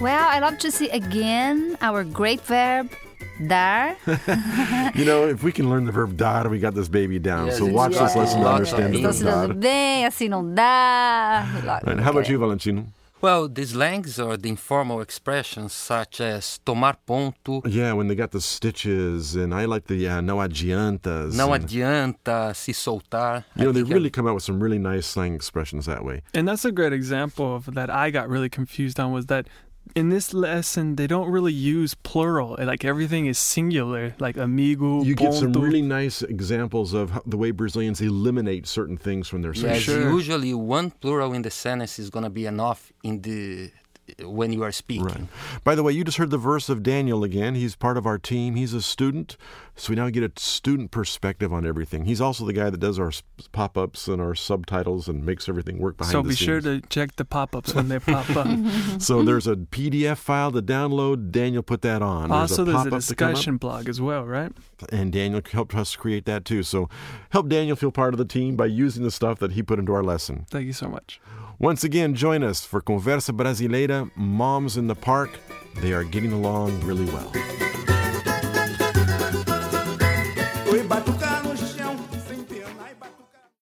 Well, I love to see again our great verb dar. You know, if we can learn the verb dar, we got this baby down. Yes, so watch this exactly. lesson to Lots understand of the meanings. verb Entonces, dar. bem, assim não dá. Right. How about you, Valentino? Well, these langs are the informal expressions such as tomar ponto, Yeah, when they got the stitches, and I like the uh, no adiantas. não and- adianta, se soltar. I You know, they think I- E really come out with some really nice slang expressions that way. And that's a great example of that I got really confused on was that in this lesson they don't really use plural. Like everything is singular, like amigo, You get some ponto. really nice examples of how, the way Brazilians eliminate certain things from their Yes, speech. Sure. usually one plural in the sentence is gonna be enough in the when you are speaking. Right. By the way, you just heard the verse of Daniel again. He's part of our team. He's a student, so we now get a student perspective on everything. He's also the guy that does our pop ups and our subtitles and makes everything work behind So the be scenes. sure to Mm-hmm. check the pop-ups when they pop up. So there's a PDF file to download. Daniel put that on. also, there's a pop-up to come up, discussion blog as well, right? and Daniel helped us create that too. So help Daniel feel part of the team by using the stuff that he put into our lesson. Thank you so much. Once again, join us for Conversa Brasileira Moms in the Park. They are getting along really well.